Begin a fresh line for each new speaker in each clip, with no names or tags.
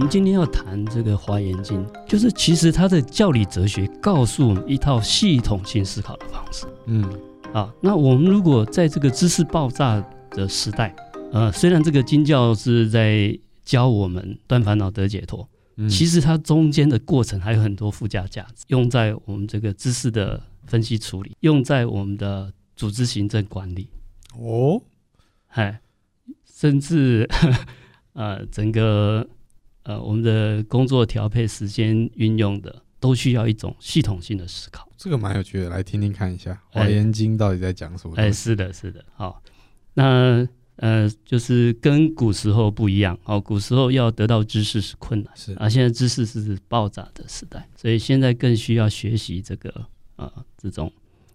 们今天要谈这个《华严经》，就是其实它的教理哲学告诉我们一套系统性思考的方式
嗯
啊。那我们如果在这个知识爆炸的时代，呃，虽然这个经教是在教我们断烦恼得解脱，
嗯，
其
实
实它中间的过程还有很多附加价值，用在我们这个知识的分析处理，用在我们的组织行政管理，
哦，
哎，甚至呃整个呃我们的工作调配时间运用的，都需要一种系统性的思考。
这个蛮有趣的，来听听看一下《
哎
华严经》到底在讲什么东
哎，
西。
是的，是的，好、那呃就是跟古时候不一样哦，古时候要得到知识是困难。
是
啊，现在知识是爆炸的时代，所以现在更需要学习这个呃这种《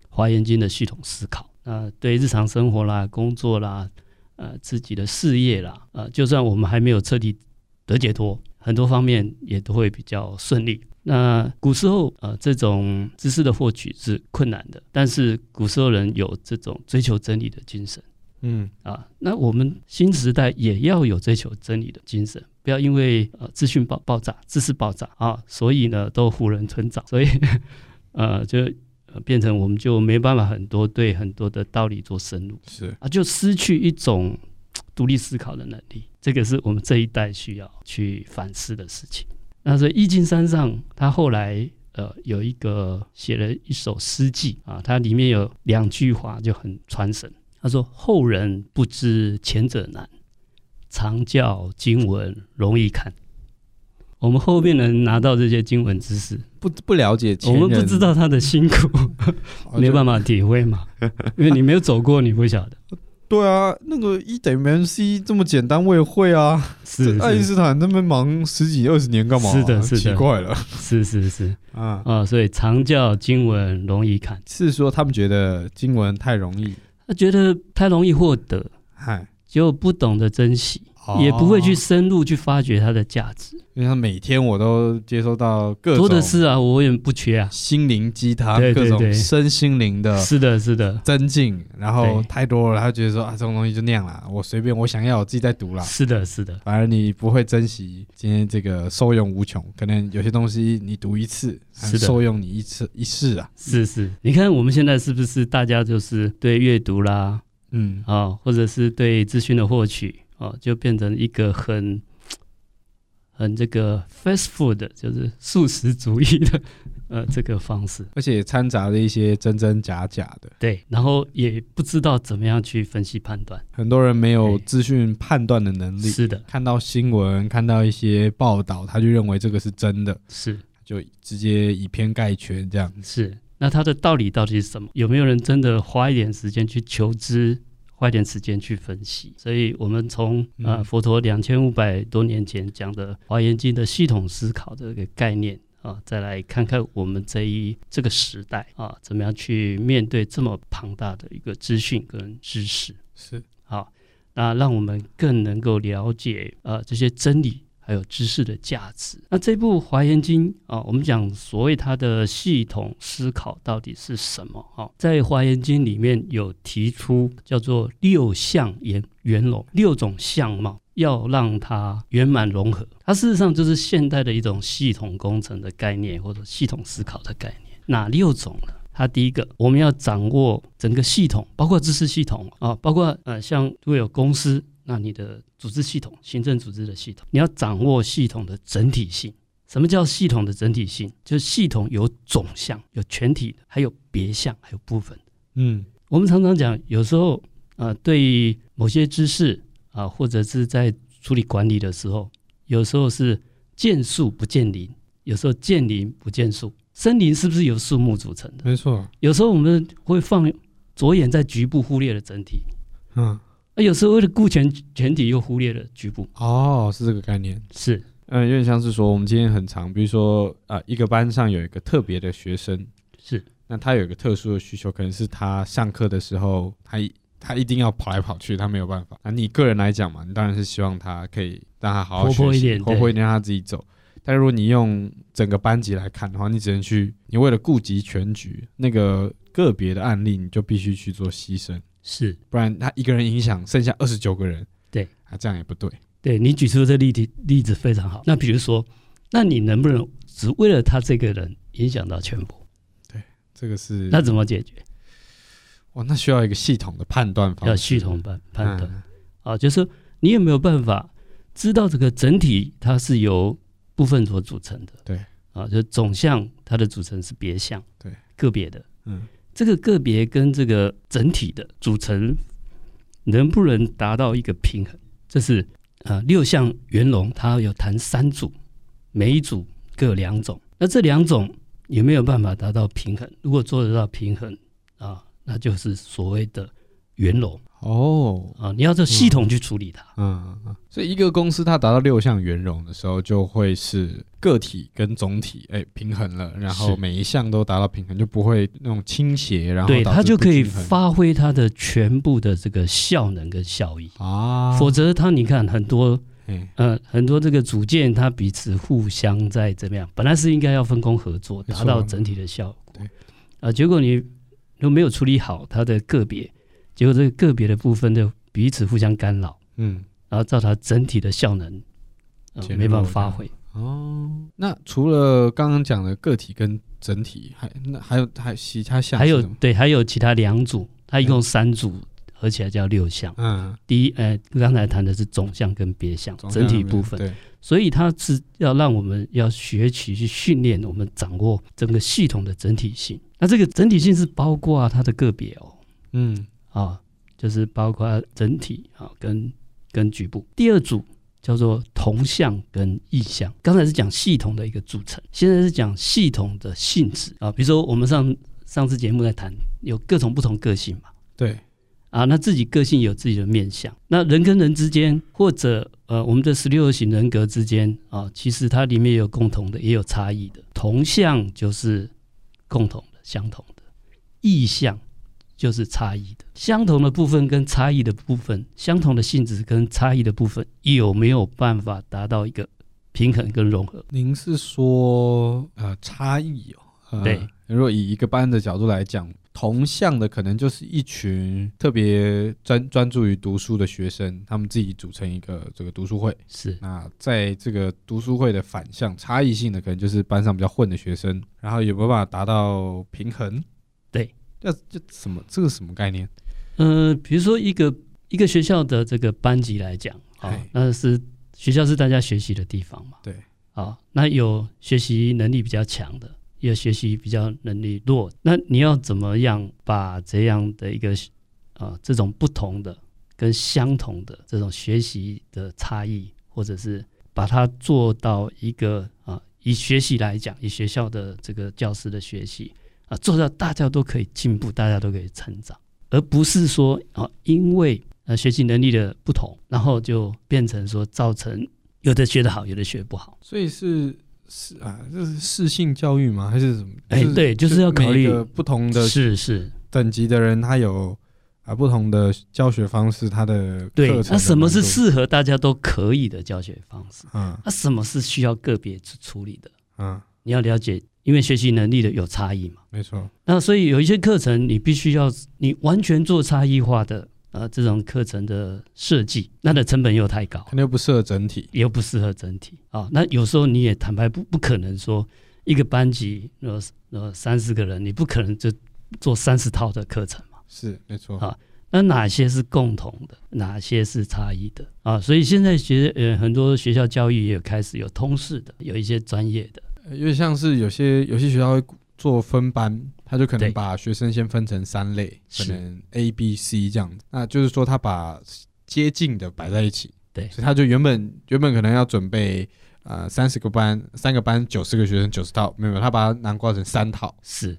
华严经》的系统思考。那对日常生活啦、工作啦、呃自己的事业啦，呃，就算我们还没有彻底得解脱，很多方面也都会比较顺利。那古时候，呃，这种知识的获取是困难的，但是古时候人有这种追求真理的精神。
嗯
啊，那我们新时代也要有追求真理的精神，不要因为呃资讯爆爆炸、知识爆炸啊，所以呢都囫囵吞枣，所以 呃就呃变成我们就没办法很多对很多的道理做深入
是
啊，就失去一种嘖独立思考的能力，这个是我们这一代需要去反思的事情。那所以易经山上他后来。呃，有一个写了一首诗记啊，它里面有两句话就很传神。他说：“后人不知前者难，常教经文容易看。”我们后面人拿到这些经文知识，
不不了解前
我
人，
们不知道他的辛苦，
哦，
没
法。
办法体会嘛，因为你没有走过，你不晓得。
对啊，那个一等于 MC 这么简单，我也会啊。
是
爱因
是
斯坦那边忙十几二十年干嘛啊？
是的是的
奇怪了
是是是
啊。
啊、所以常教经文容易看，
是说他们觉得经文太容易，
他觉得太容易获得，
嗨，
就不懂得珍惜，
哦
也不会去深入去发掘它的价值。
因为他每天我都接收到各
多
种
的是啊，我也不缺啊。
心灵鸡汤，
对对
各
对
种身心灵的
是的，是的。
增进，然后
对
太多了，他觉得说啊，这种东西就那样啦，我随便我想要，我自己再读啦。
是的，是的，
反而你不会珍惜今天这个受用无穷，可能有些东西你读一次，还
是的
受用你一次一世啊。
是是。你看我们现在是不是大家就是对阅读啦，
嗯，
啊、或者是对资讯的获取，啊、就变成一个很很这个 fast food，就是素食主义的呃这个方式。
而且也掺杂了一些真真假假的，
对，然后也不知道怎么样去分析判断。
很多人没有
对
资讯判断的能力，
是的，
看到新闻，看到一些报道，他就认为这个是真的，
是
就直接以偏概全这样。
是。那它的道理到底是什么？有没有人真的花一点时间去求知？花一点时间去分析，所以我们从呃
嗯
佛陀两千五百多年前讲的《华严经》的系统思考的这个概念啊，再来看看我们这一这个时代啊，怎么样去面对这么庞大的一个资讯跟知识。
是，
好，那让我们更能够了解呃这些真理还有知识的价值。那这部《华严经》啊、我们讲所谓它的系统思考到底是什么？哈、在《华严经》里面有提出叫做六相圆圆融六种相貌。要让它圆满融合，它事实上就是现代的一种系统工程的概念，或者系统思考的概念。哪六种呢？它第一个，我们要掌握整个系统，包括知识系统啊，包括呃，像如果有公司，那你的组织系统、行政组织的系统，你要掌握系统的整体性。什么叫系统的整体性？就是系统有总项、有全体的，还有别项，还有部分。
嗯，
我们常常讲，有时候啊、呃对于某些知识啊、或者是在处理管理的时候，有时候是见树不见林，有时候见林不见树。森林是不是由树木组成的？
没错，
有时候我们会放着眼在局部，忽略了整体；
嗯，
而有时候为了顾全全体，又忽略了局部。
哦，是这个概念。
是
嗯，有点像是说，我们今天很长，比如说啊、呃一个班上有一个特别的学生，
是
那他有一个特殊的需求，可能是他上课的时候，他一他一定要跑来跑去，他没有办法。那你个人来讲嘛，你当然是希望他可以让他好好
活
学习，
泼一点
活泼一点，让他自己走。但如果你用整个班级来看的话，你只能去，你为了顾及全局，那个个别的案例，你就必须去做牺牲，
是，
不然他一个人影响剩下二十九个人，
对
啊，这样也不对。
对你举出这例题例子非常好。那比如说，那你能不能只为了他这个人影响到全部？
这个是
那怎么解决？
哇，哦那需要一个系统的判断方式，
要系统判判断
嗯
啊，就是说你有没有办法知道这个整体它是由部分所组成的？
对
啊，就是总项它的组成是别项，
对
个别的，
嗯，
这个个别跟这个整体的组成能不能达到一个平衡？这是啊，六项圆融它有谈三组，每一组各有两种，那这两种有没有办法达到平衡？如果做得到平衡啊，那就是所谓的圆融
哦，
啊，你要这系统去处理它。
嗯，嗯嗯所以一个公司它达到六项圆融的时候，就会是个体跟总体哎、平衡了，然后
是
每一项都达到平衡，就不会那种倾斜，然后
对，
导致
它就可以
不均衡
发挥它的全部的这个效能跟效益。
啊，
否则，它你看很多
哎
呃很多这个组件，它彼此互相在怎么样？本来是应该要分工合作，
没错
达
啊
到整体的效果
对。
啊、结果你如果没有处理好它的个别，结果这个个别的部分就彼此互相干扰，
嗯
然后造成它整体的效能、呃
减弱
没办法发挥。
哦，那除了刚刚讲的个体跟整体，还那还有还其他项
还有
是什么
对，还有其他两组，它一共三组，合起来叫六项。
嗯，
第一，呃，刚才谈的是总项跟别项
总
整
项
体
那边
部分，
对，
所以它是要让我们要学习去训练我们掌握整个系统的整体性。那这个整体性是包括啊它的个别哦，
嗯
啊，就是包括整体啊跟跟局部。第二组叫做同向跟异向，刚才是讲系统的一个组成，现在是讲系统的性质啊，比如说我们上上次节目在谈有各种不同个性嘛。
对，
啊，那自己个性有自己的面相。那人跟人之间，或者呃，我们的十六型人格之间啊，其实它里面有共同的，也有差异的。同向就是共同的、相同的，异向就是差异的。相同的部分跟差异的部分，相同的性质跟差异的部分，有没有办法达到一个平衡跟融合？
您是说呃差异哦？呃、
对，
如果以一个班的角度来讲，同向的可能就是一群特别专专注于读书的学生，他们自己组成一个这个读书会。
是
那在这个读书会的反向差异性的，可能就是班上比较混的学生，然后有没有办法达到平衡？
对，
要这什么这个什么概念？
呃，比如说一个一个学校的这个班级来讲，啊
哎，
那是学校是大家学习的地方嘛。
对。
啊，那有学习能力比较强的，也有学习比较能力弱的，那你要怎么样把这样的一个啊这种不同的跟相同的这种学习的差异，或者是把它做到一个啊，以学习来讲，以学校的这个教师的学习啊，做到大家都可以进步，大家都可以成长，而不是说啊，因为呃学习能力的不同，然后就变成说造成有的学得好，有的学不好。
所以是是啊，这是适性教育吗？还是什么？
哎
就是
对就是要考虑
每个不同的
是是，
等级的人，他有啊不同的教学方式，他的
对
课。程
那
的
什么是
难度？
适合大家都可以的教学方式？
嗯
那什么是需要个别去处理的？
嗯，
你要了解，因为学习能力的有差异嘛。
没错，
那所以有一些课程，你必须要你完全做差异化的呃这种课程的设计，那的成本又太高
可，能又不适合整体。
又不适合整体啊、那有时候你也坦白不不可能说一个班级呃呃三十个人，你不可能就做三十套的课程嘛。
是没错，
啊那哪些是共同的，哪些是差异的啊？所以现在学呃很多学校教育也有开始有通识的，有一些专业的，
呃因为像是有些有些学校会做分班，他就可
对
能把学生先分成三类，可
是
能 A、B、C 这样子。那就是说，他把接近的摆在一起，
对
所以他就原本原本可能要准备呃三十个班，三个班九十个学生九十套，没有，没有他把它囊括成三套
是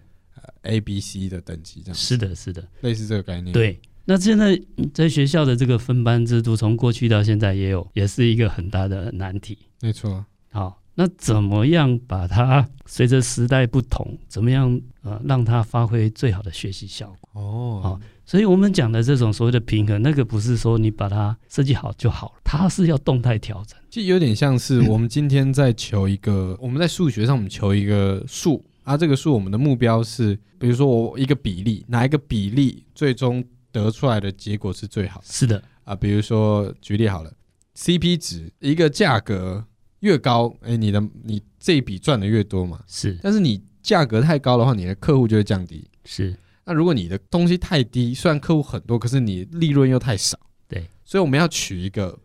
A、B、C 的等级这样，
是的，是的。
类似这个概念。，
对，那现在嗯在学校的这个分班制度，从过去到现在也有，也是一个很大的难题。
没错，
好，那怎么样把它随着时代不同，怎么样呃让它发挥最好的学习效果？
哦，
所以我们讲的这种所谓的平衡，那个不是说你把它设计好就好了，它是要动态调整。
就有点像是我们今天在求一个，我们在数学上我们求一个数啊，这个数我们的目标是，比如说我一个比例，哪一个比例最终得出来的结果是最好
是的，
啊？比如说举例好了， CP 值一个价格越高，哎，你的你这一笔赚的越多嘛。
是
但是你价格太高的话，你的客户就会降低。
是
那如果你的东西太低，虽然客户很多，可是你利润又太少，
对，
所以我们要取一个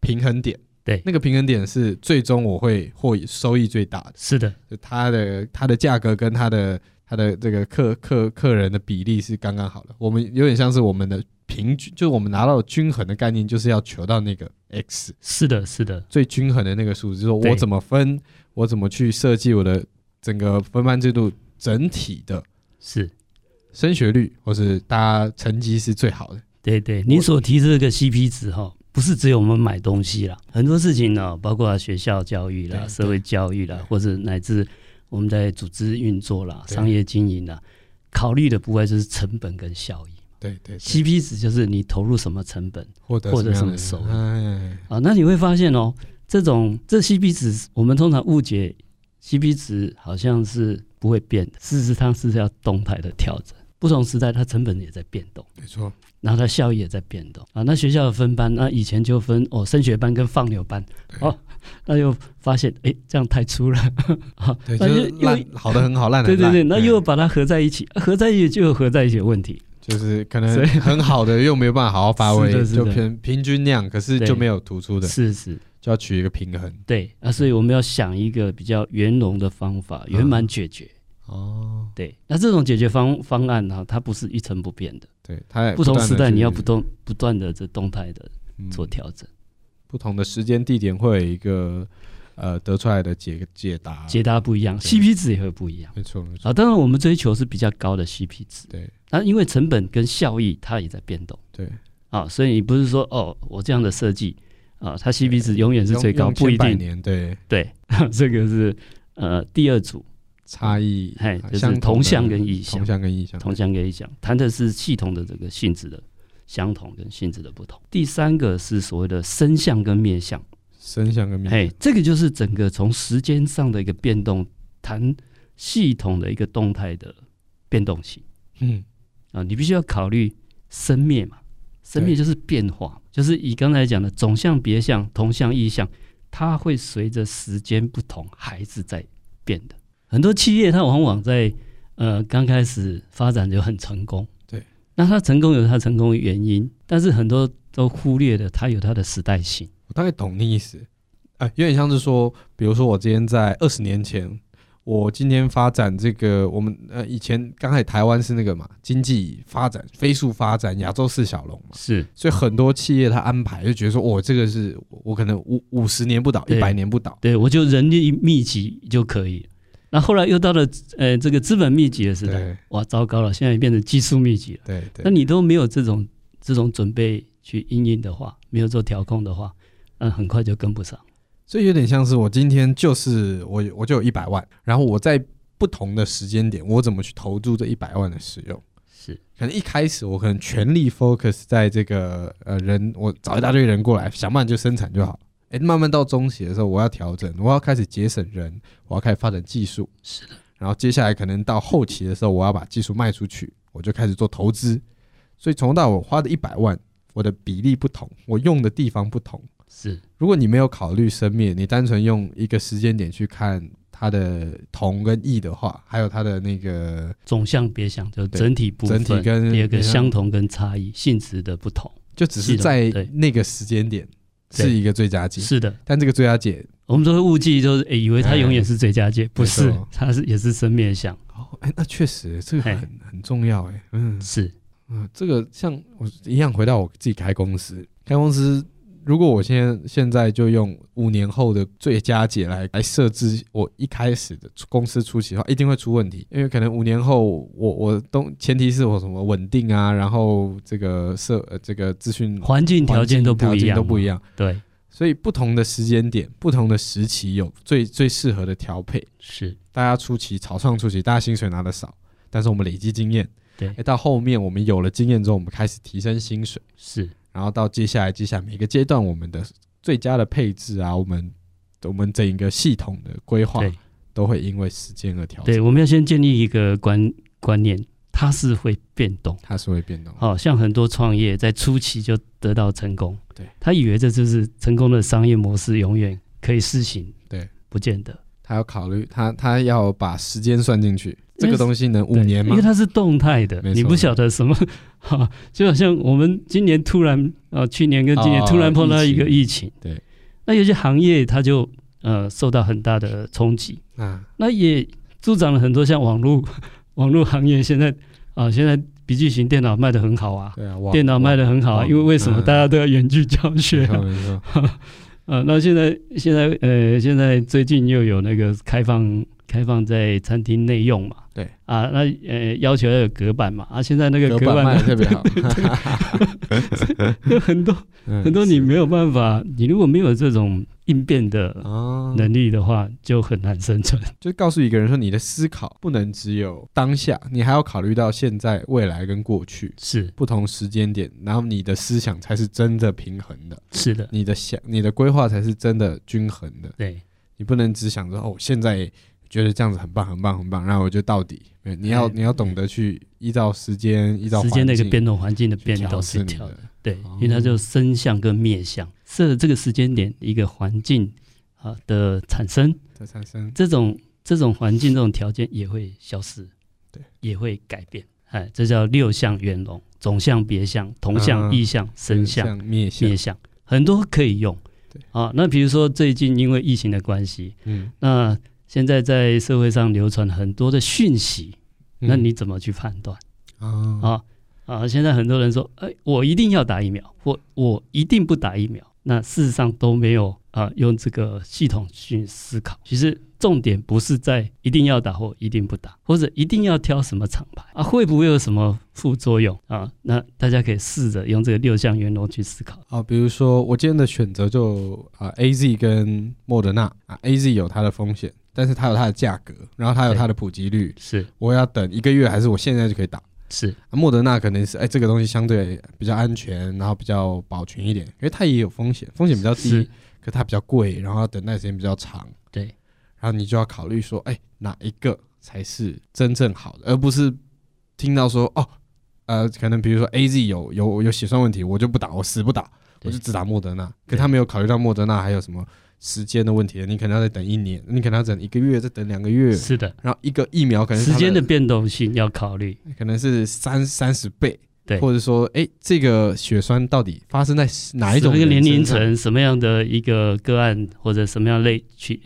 平衡点。
对
那个平衡点是最终我会获益收益最大的，
是的，
就它的它的价格跟它的它的这个客客客人的比例是刚刚好的。我们有点像是我们的平均，就是我们拿到均衡的概念，就是要求到那个 x
是的，是的，
最均衡的那个数字，就是说
对
我怎么分，我怎么去设计我的整个分班制度整体的
是
升学率或是大家成绩是最好的。
对对。你所提的这个 CP 值哈，不是只有我们买东西啦，很多事情呢，包括学校教育啦、
对
社会教育
对
啦，或者乃至我们在组织运作啦、
对
商业经营啦，考虑的不外就是成本跟效益。
对对对，
CP 值就是你投入什么成本
获得
获得什
什么
么
样
收
的
益
哎，
啊，那你会发现哦，这种这 CP 值，我们通常误解 CP 值好像是不会变的，事实上是要动态的调整。不同时代，它成本也在变动，
没错，
然后它效益也在变动啊。那学校的分班，那以前就分哦升学班跟放牛班，哦，那又发现哎这样太粗了，啊，
对，就
那
是
又
烂
又
好的很好，烂的哎
对对对，那又把它合在一起，啊合在一起就有合在一起的问题，
就是可能
所以
很好的又没有办法好好发
是
挥，
的是的
就平平均那样，可是
对
就没有突出的，
是是。
就要取一个平衡
对啊，所以我们要想一个比较圆融的方法，圆满解决。
哦。
对，那这种解决方方案呢、它不是一成不变的，
对，它
哎不同时代你要不
断
动不断的这动态的
地去
做
嗯
调整、
不同的时间地点会有一个呃得出来的解解答，
解答不一样
对
，CP 值也会不一样
没错没错，
啊。当然，我们追求是比较高的 CP 值，
对
那、因为成本跟效益它也在变动
对，
啊，所以你不是说哦，我这样的设计啊，它 CP 值永远是
用
最高，
用
不一
千百
定
年对
对， 这个是呃第二组
差异
嗯嘿
啊
就是
相
同
的
向跟异向
同向跟异向
同向跟异向，谈的是系统的这个性质的相同跟性质的不同。第三个是所谓的声像跟面向。
声向跟面
哎，这个就是整个从时间上的一个变动，谈系统的一个动态的变动性
嗯
啊，你必须要考虑生灭嘛，生灭
对
就是变化，就是以刚才讲的总相、别相、同相、异相，它会随着时间不同还是在变的。很多企业它往往在呃刚开始发展就很成功，
对，
那它成功有它成功的原因，但是很多都忽略了它有它的时代性，
我大概懂你意思，啊、有点像是说，比如说我今天在二十年前，我今天发展这个，我们呃以前刚开始台湾是那个嘛，经济发展飞速发展，亚洲四小龙嘛，
是
所以很多企业它安排就觉得说，我、这个是我可能五五十年不倒，一
对
百年不倒，
对我就人力密集就可以。那后来又到了呃这个资本密集的时代，
对
哇，糟糕了，现在变成技术密集了。
对
那
对，
你都没有这种这种准备去应应的话，没有做调控的话，那很快就跟不上。
所以有点像是我今天就是我我就有一百万，然后我在不同的时间点，我怎么去投注这一百万的使用。
是
可能一开始我可能全力 focus 在这个呃人，我找一大堆人过来，想办法就生产就好。哎、慢慢到中期的时候，我要调整，我要开始节省人，我要开始发展技术。
是的，
然后接下来可能到后期的时候，我要把技术卖出去，我就开始做投资。所以从头到尾我花的一百万，我的比例不同，我用的地方不同。
是
如果你没有考虑生灭，你单纯用一个时间点去看它的同跟异的话，还有它的那个
总项别想，就
对
整体部分，
整体跟嗯
第二个
别项
相同跟差异性质的不同。
就只是
系统
在
对
那个时间点
对
是一个最佳解，
是的，
但这个最佳解，
我们都会误记，就是诶以为它永远是最佳解，不是
没错，
它是也是生灭相。
哦，哎，那确实这个
嘿
很很重要，哎，嗯
是
嗯，这个像我一样回到我自己开公司，开公司，如果我现在现在就用五年后的最佳解来来设置我一开始的公司初期的话，一定会出问题，因为可能五年后我我东前提是我什么稳定啊，然后这个社呃这个资讯
环境条件都不
环
一
境
样，
都不一
样。
样。
对，
所以不同的时间点、不同的时期有最最适合的调配。
是
大家初期草创初期，大家薪水拿的少，但是我们累积经验。
对
诶到后面我们有了经验之后，我们开始提升薪水，
是
然后到接下来接下来每个阶段，我们的最佳的配置啊，我们我们整一个系统的规划
对。
都会因为时间而调整。
对，我们要先建立一个观观念，它是会变动。
它是会变动的。
好、像很多创业在初期就得到成功，
对
他以为这就是成功的商业模式，永远可以施行，
对，
不见得。
他要考虑，他他要把时间算进去，
因为
这个东西能五
对
年
因
吗
为？它是动态的，
没错
你不晓得什么，哈、就好像我们今年突然，呃，去年跟今年
哦
突然碰到一个
疫
疫情，
对，
那有些行业它就呃受到很大的冲击，
啊，
那也助长了很多像网络 网络行业现在啊、现在笔记型电脑卖的很好啊，
对啊，哇
电脑卖的很好啊，
网
因为为什么
嗯
大家都要远距教学
没
啊
错？没 错，
呃，那现在现在呃，现在最近又有那个开放开放在餐厅内用嘛？
对
啊，那呃要求要有隔板嘛？啊，现在那个
隔板卖
呢
的特别 好，
有 很多
嗯
很多你没有办法，你如果没有这种应变的
啊，
能力的话，就很难生存。
就告诉一个人说，你的思考不能只有当下，你还要考虑到现在、未来跟过去
是
不同时间点，然后你的思想才是真的平衡的，
是的，
你的想、你的规划才是真的均衡的。
对，
你不能只想着哦，现在觉得这样子很棒、很棒、很棒，然后我就到底。没有你要
哎
你要懂得去依照时间、依照
时间的一个
环境
变动，环境的
去
变
调
动是
整
调
的。
对，因为它
哦
就生相跟面相，这这个时间点一个环境啊、的产生，
这产生
这种这种环境、这种条件也会消失，
对，
也会改变。哎，这叫六相圆融，总相、别相、同相、
啊
异相、生相、
灭相
灭，相，很多可以用。
对
啊，那比如说最近因为疫情的关系，
嗯，
那现在在社会上流传很多的讯息，那
嗯
你怎么去判断
啊
啊？啊，现在很多人说，哎，我一定要打疫苗，或我一定不打疫苗。那事实上都没有啊、用这个系统去思考。其实重点不是在一定要打或一定不打，或者一定要挑什么厂牌啊，会不会有什么副作用啊？那大家可以试着用这个六项圆融去思考。
啊，比如说我今天的选择就啊、A Z 跟莫德纳啊，A Z 有它的风险，但是它有它的价格，然后它有它的普及率，
是
我要等一个月还是我现在就可以打？
是，
啊莫德纳可能是哎、这个东西相对比较安全，然后比较保全一点，因为它也有风险，风险比较低
是，
可它比较贵，然后要等待时间比较长，
对，
然后你就要考虑说，哎、哪一个才是真正好的，而不是听到说哦，呃，可能比如说 A Z 有有有血栓问题，我就不打，我死不打，我
对
就只打莫德纳，可
对
他没有考虑到莫德纳还有什么时间的问题，你可能要再等一年，你可能要等一个月，再等两个月。
是的，
然后一个疫苗可能是
时
它
间的变动性要考虑。
可能是三三十倍，
对
或者说，哎、这个血栓到底发生在哪一
什
种
么
人
个年龄
身上？
层、什么样的一个个案或者什么样类群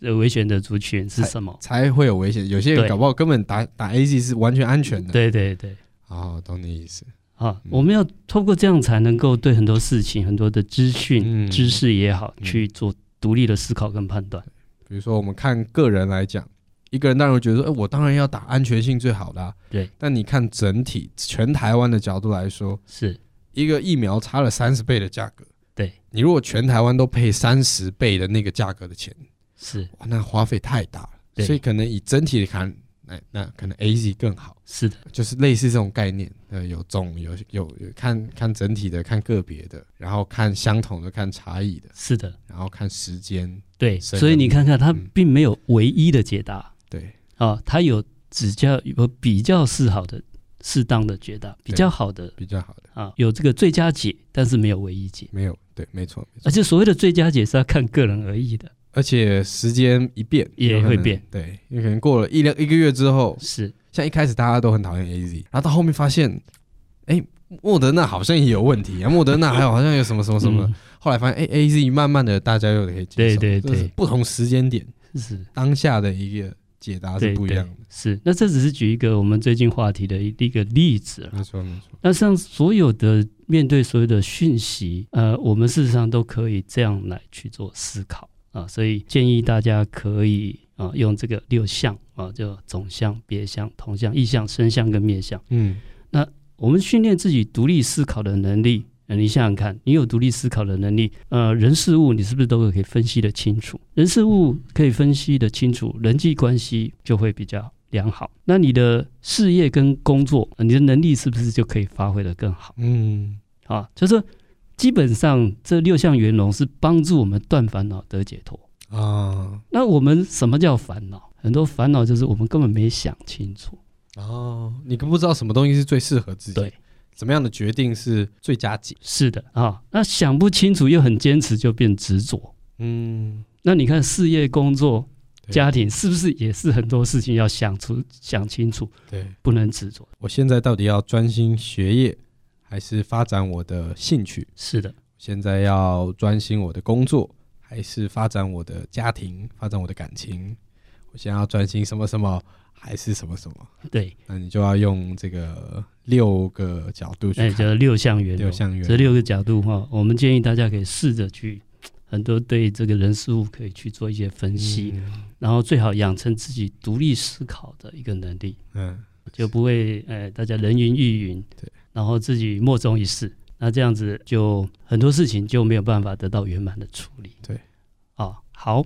呃呃危险的族群是什么？
才会有危险？有些人
对
搞不好根本打打 A Z 是完全安全的。，
对对对。
哦，懂你意思。
嗯啊，
嗯
我们要透过这样才能够对很多事情、很多的资讯、
嗯
知识也好，
嗯
去做独立的思考跟判断。
比如说，我们看个人来讲，一个人当然会觉得说，哎、我当然要打安全性最好的、啊。
对。
但你看整体全台湾的角度来说，
是
一个疫苗差了三十倍的价格。
对。
你如果全台湾都配三十倍的那个价格的钱，
是
哇，那花费太大了。
对
所以可能以整体的看，那那可能 A Z 更好。
是的，
就是类似这种概念，呃，有种有有有看看整体的，看个别的，然后看相同的，看差异的，
是的，
然后看时间，
对。
深
所以你看看，它
嗯
并没有唯一的解答
对，
啊，它有比较有比较适好的、适当的解答，比较好的
比较好的
啊，有这个最佳解，但是没有唯一解。
没有对，没错，没
而
错
且所谓的最佳解是要看个人而异的，
而且时间一变
也
有可能
会变，
对，因为可能过了一两一个月之后，
是
像一开始大家都很讨厌 A Z，然后到后面发现，哎，莫德纳好像也有问题啊，莫德纳还有好像有什么什么哦什么，
嗯
后来发现哎 A Z 慢慢的大家又可以接
对
受，
对
这是
对
不同时间点
嗯是。
当下的一个解答是
对
不一
对
样的，
是，那这只是举一个我们最近话题的一一个例子啊啦
没错没错。
那像所有的面对所有的讯息，呃，我们事实上都可以这样来去做思考啊，所以建议大家可以啊用这个六项啊，就总项、别项、同项、意项、身项跟面项。
嗯，
我们训练自己独立思考的能力。呃你想想看，你有独立思考的能力，呃，人事物你是不是都可以分析的清楚？人事物可以分析的清楚，人际关系就会比较良好。那你的事业跟工作，呃你的能力是不是就可以发挥的更好？
嗯，
啊，就是基本上这六项圆融是帮助我们断烦恼得解脱。
啊，
那我们什么叫烦恼？很多烦恼就是我们根本没想清楚，
哦，你根本不知道什么东西是最适合自己，
对，
怎么样的决定是最佳解？
是的啊、那想不清楚又很坚持，就变执着。
嗯，
那你看事业、工作、
对
家庭，是不是也是很多事情要想出、想清楚，
对
不能执着？
我现在到底要专心学业，还是发展我的兴趣？
是的，
现在要专心我的工作，还是发展我的家庭，发展我的感情？我现在要专心什么什么，还是什么什么？
对，
那你就要用这个六个角度
那
去
也
看
叫哎六项原
六
理。
项原
这
理。
六个角度哈，我们建议大家可以试着去很多对这个人事物可以去做一些分析，
嗯
然后最好养成自己独立思考的一个能力，
嗯，
就不会呃大家人云亦云，
对，
然后自己莫衷一是，那这样子就很多事情就没有办法得到圆满的处理。
对，
哦，好，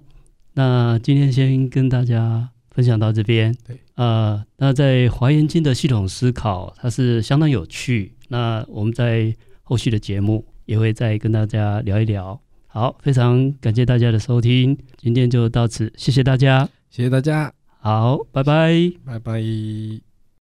那今天先跟大家分享到这边。
对，
呃，那在华严经的系统思考，它是相当有趣。那我们在后续的节目也会再跟大家聊一聊。好，非常感谢大家的收听，今天就到此，谢谢大家。
谢谢大家，
好，拜拜。
拜拜。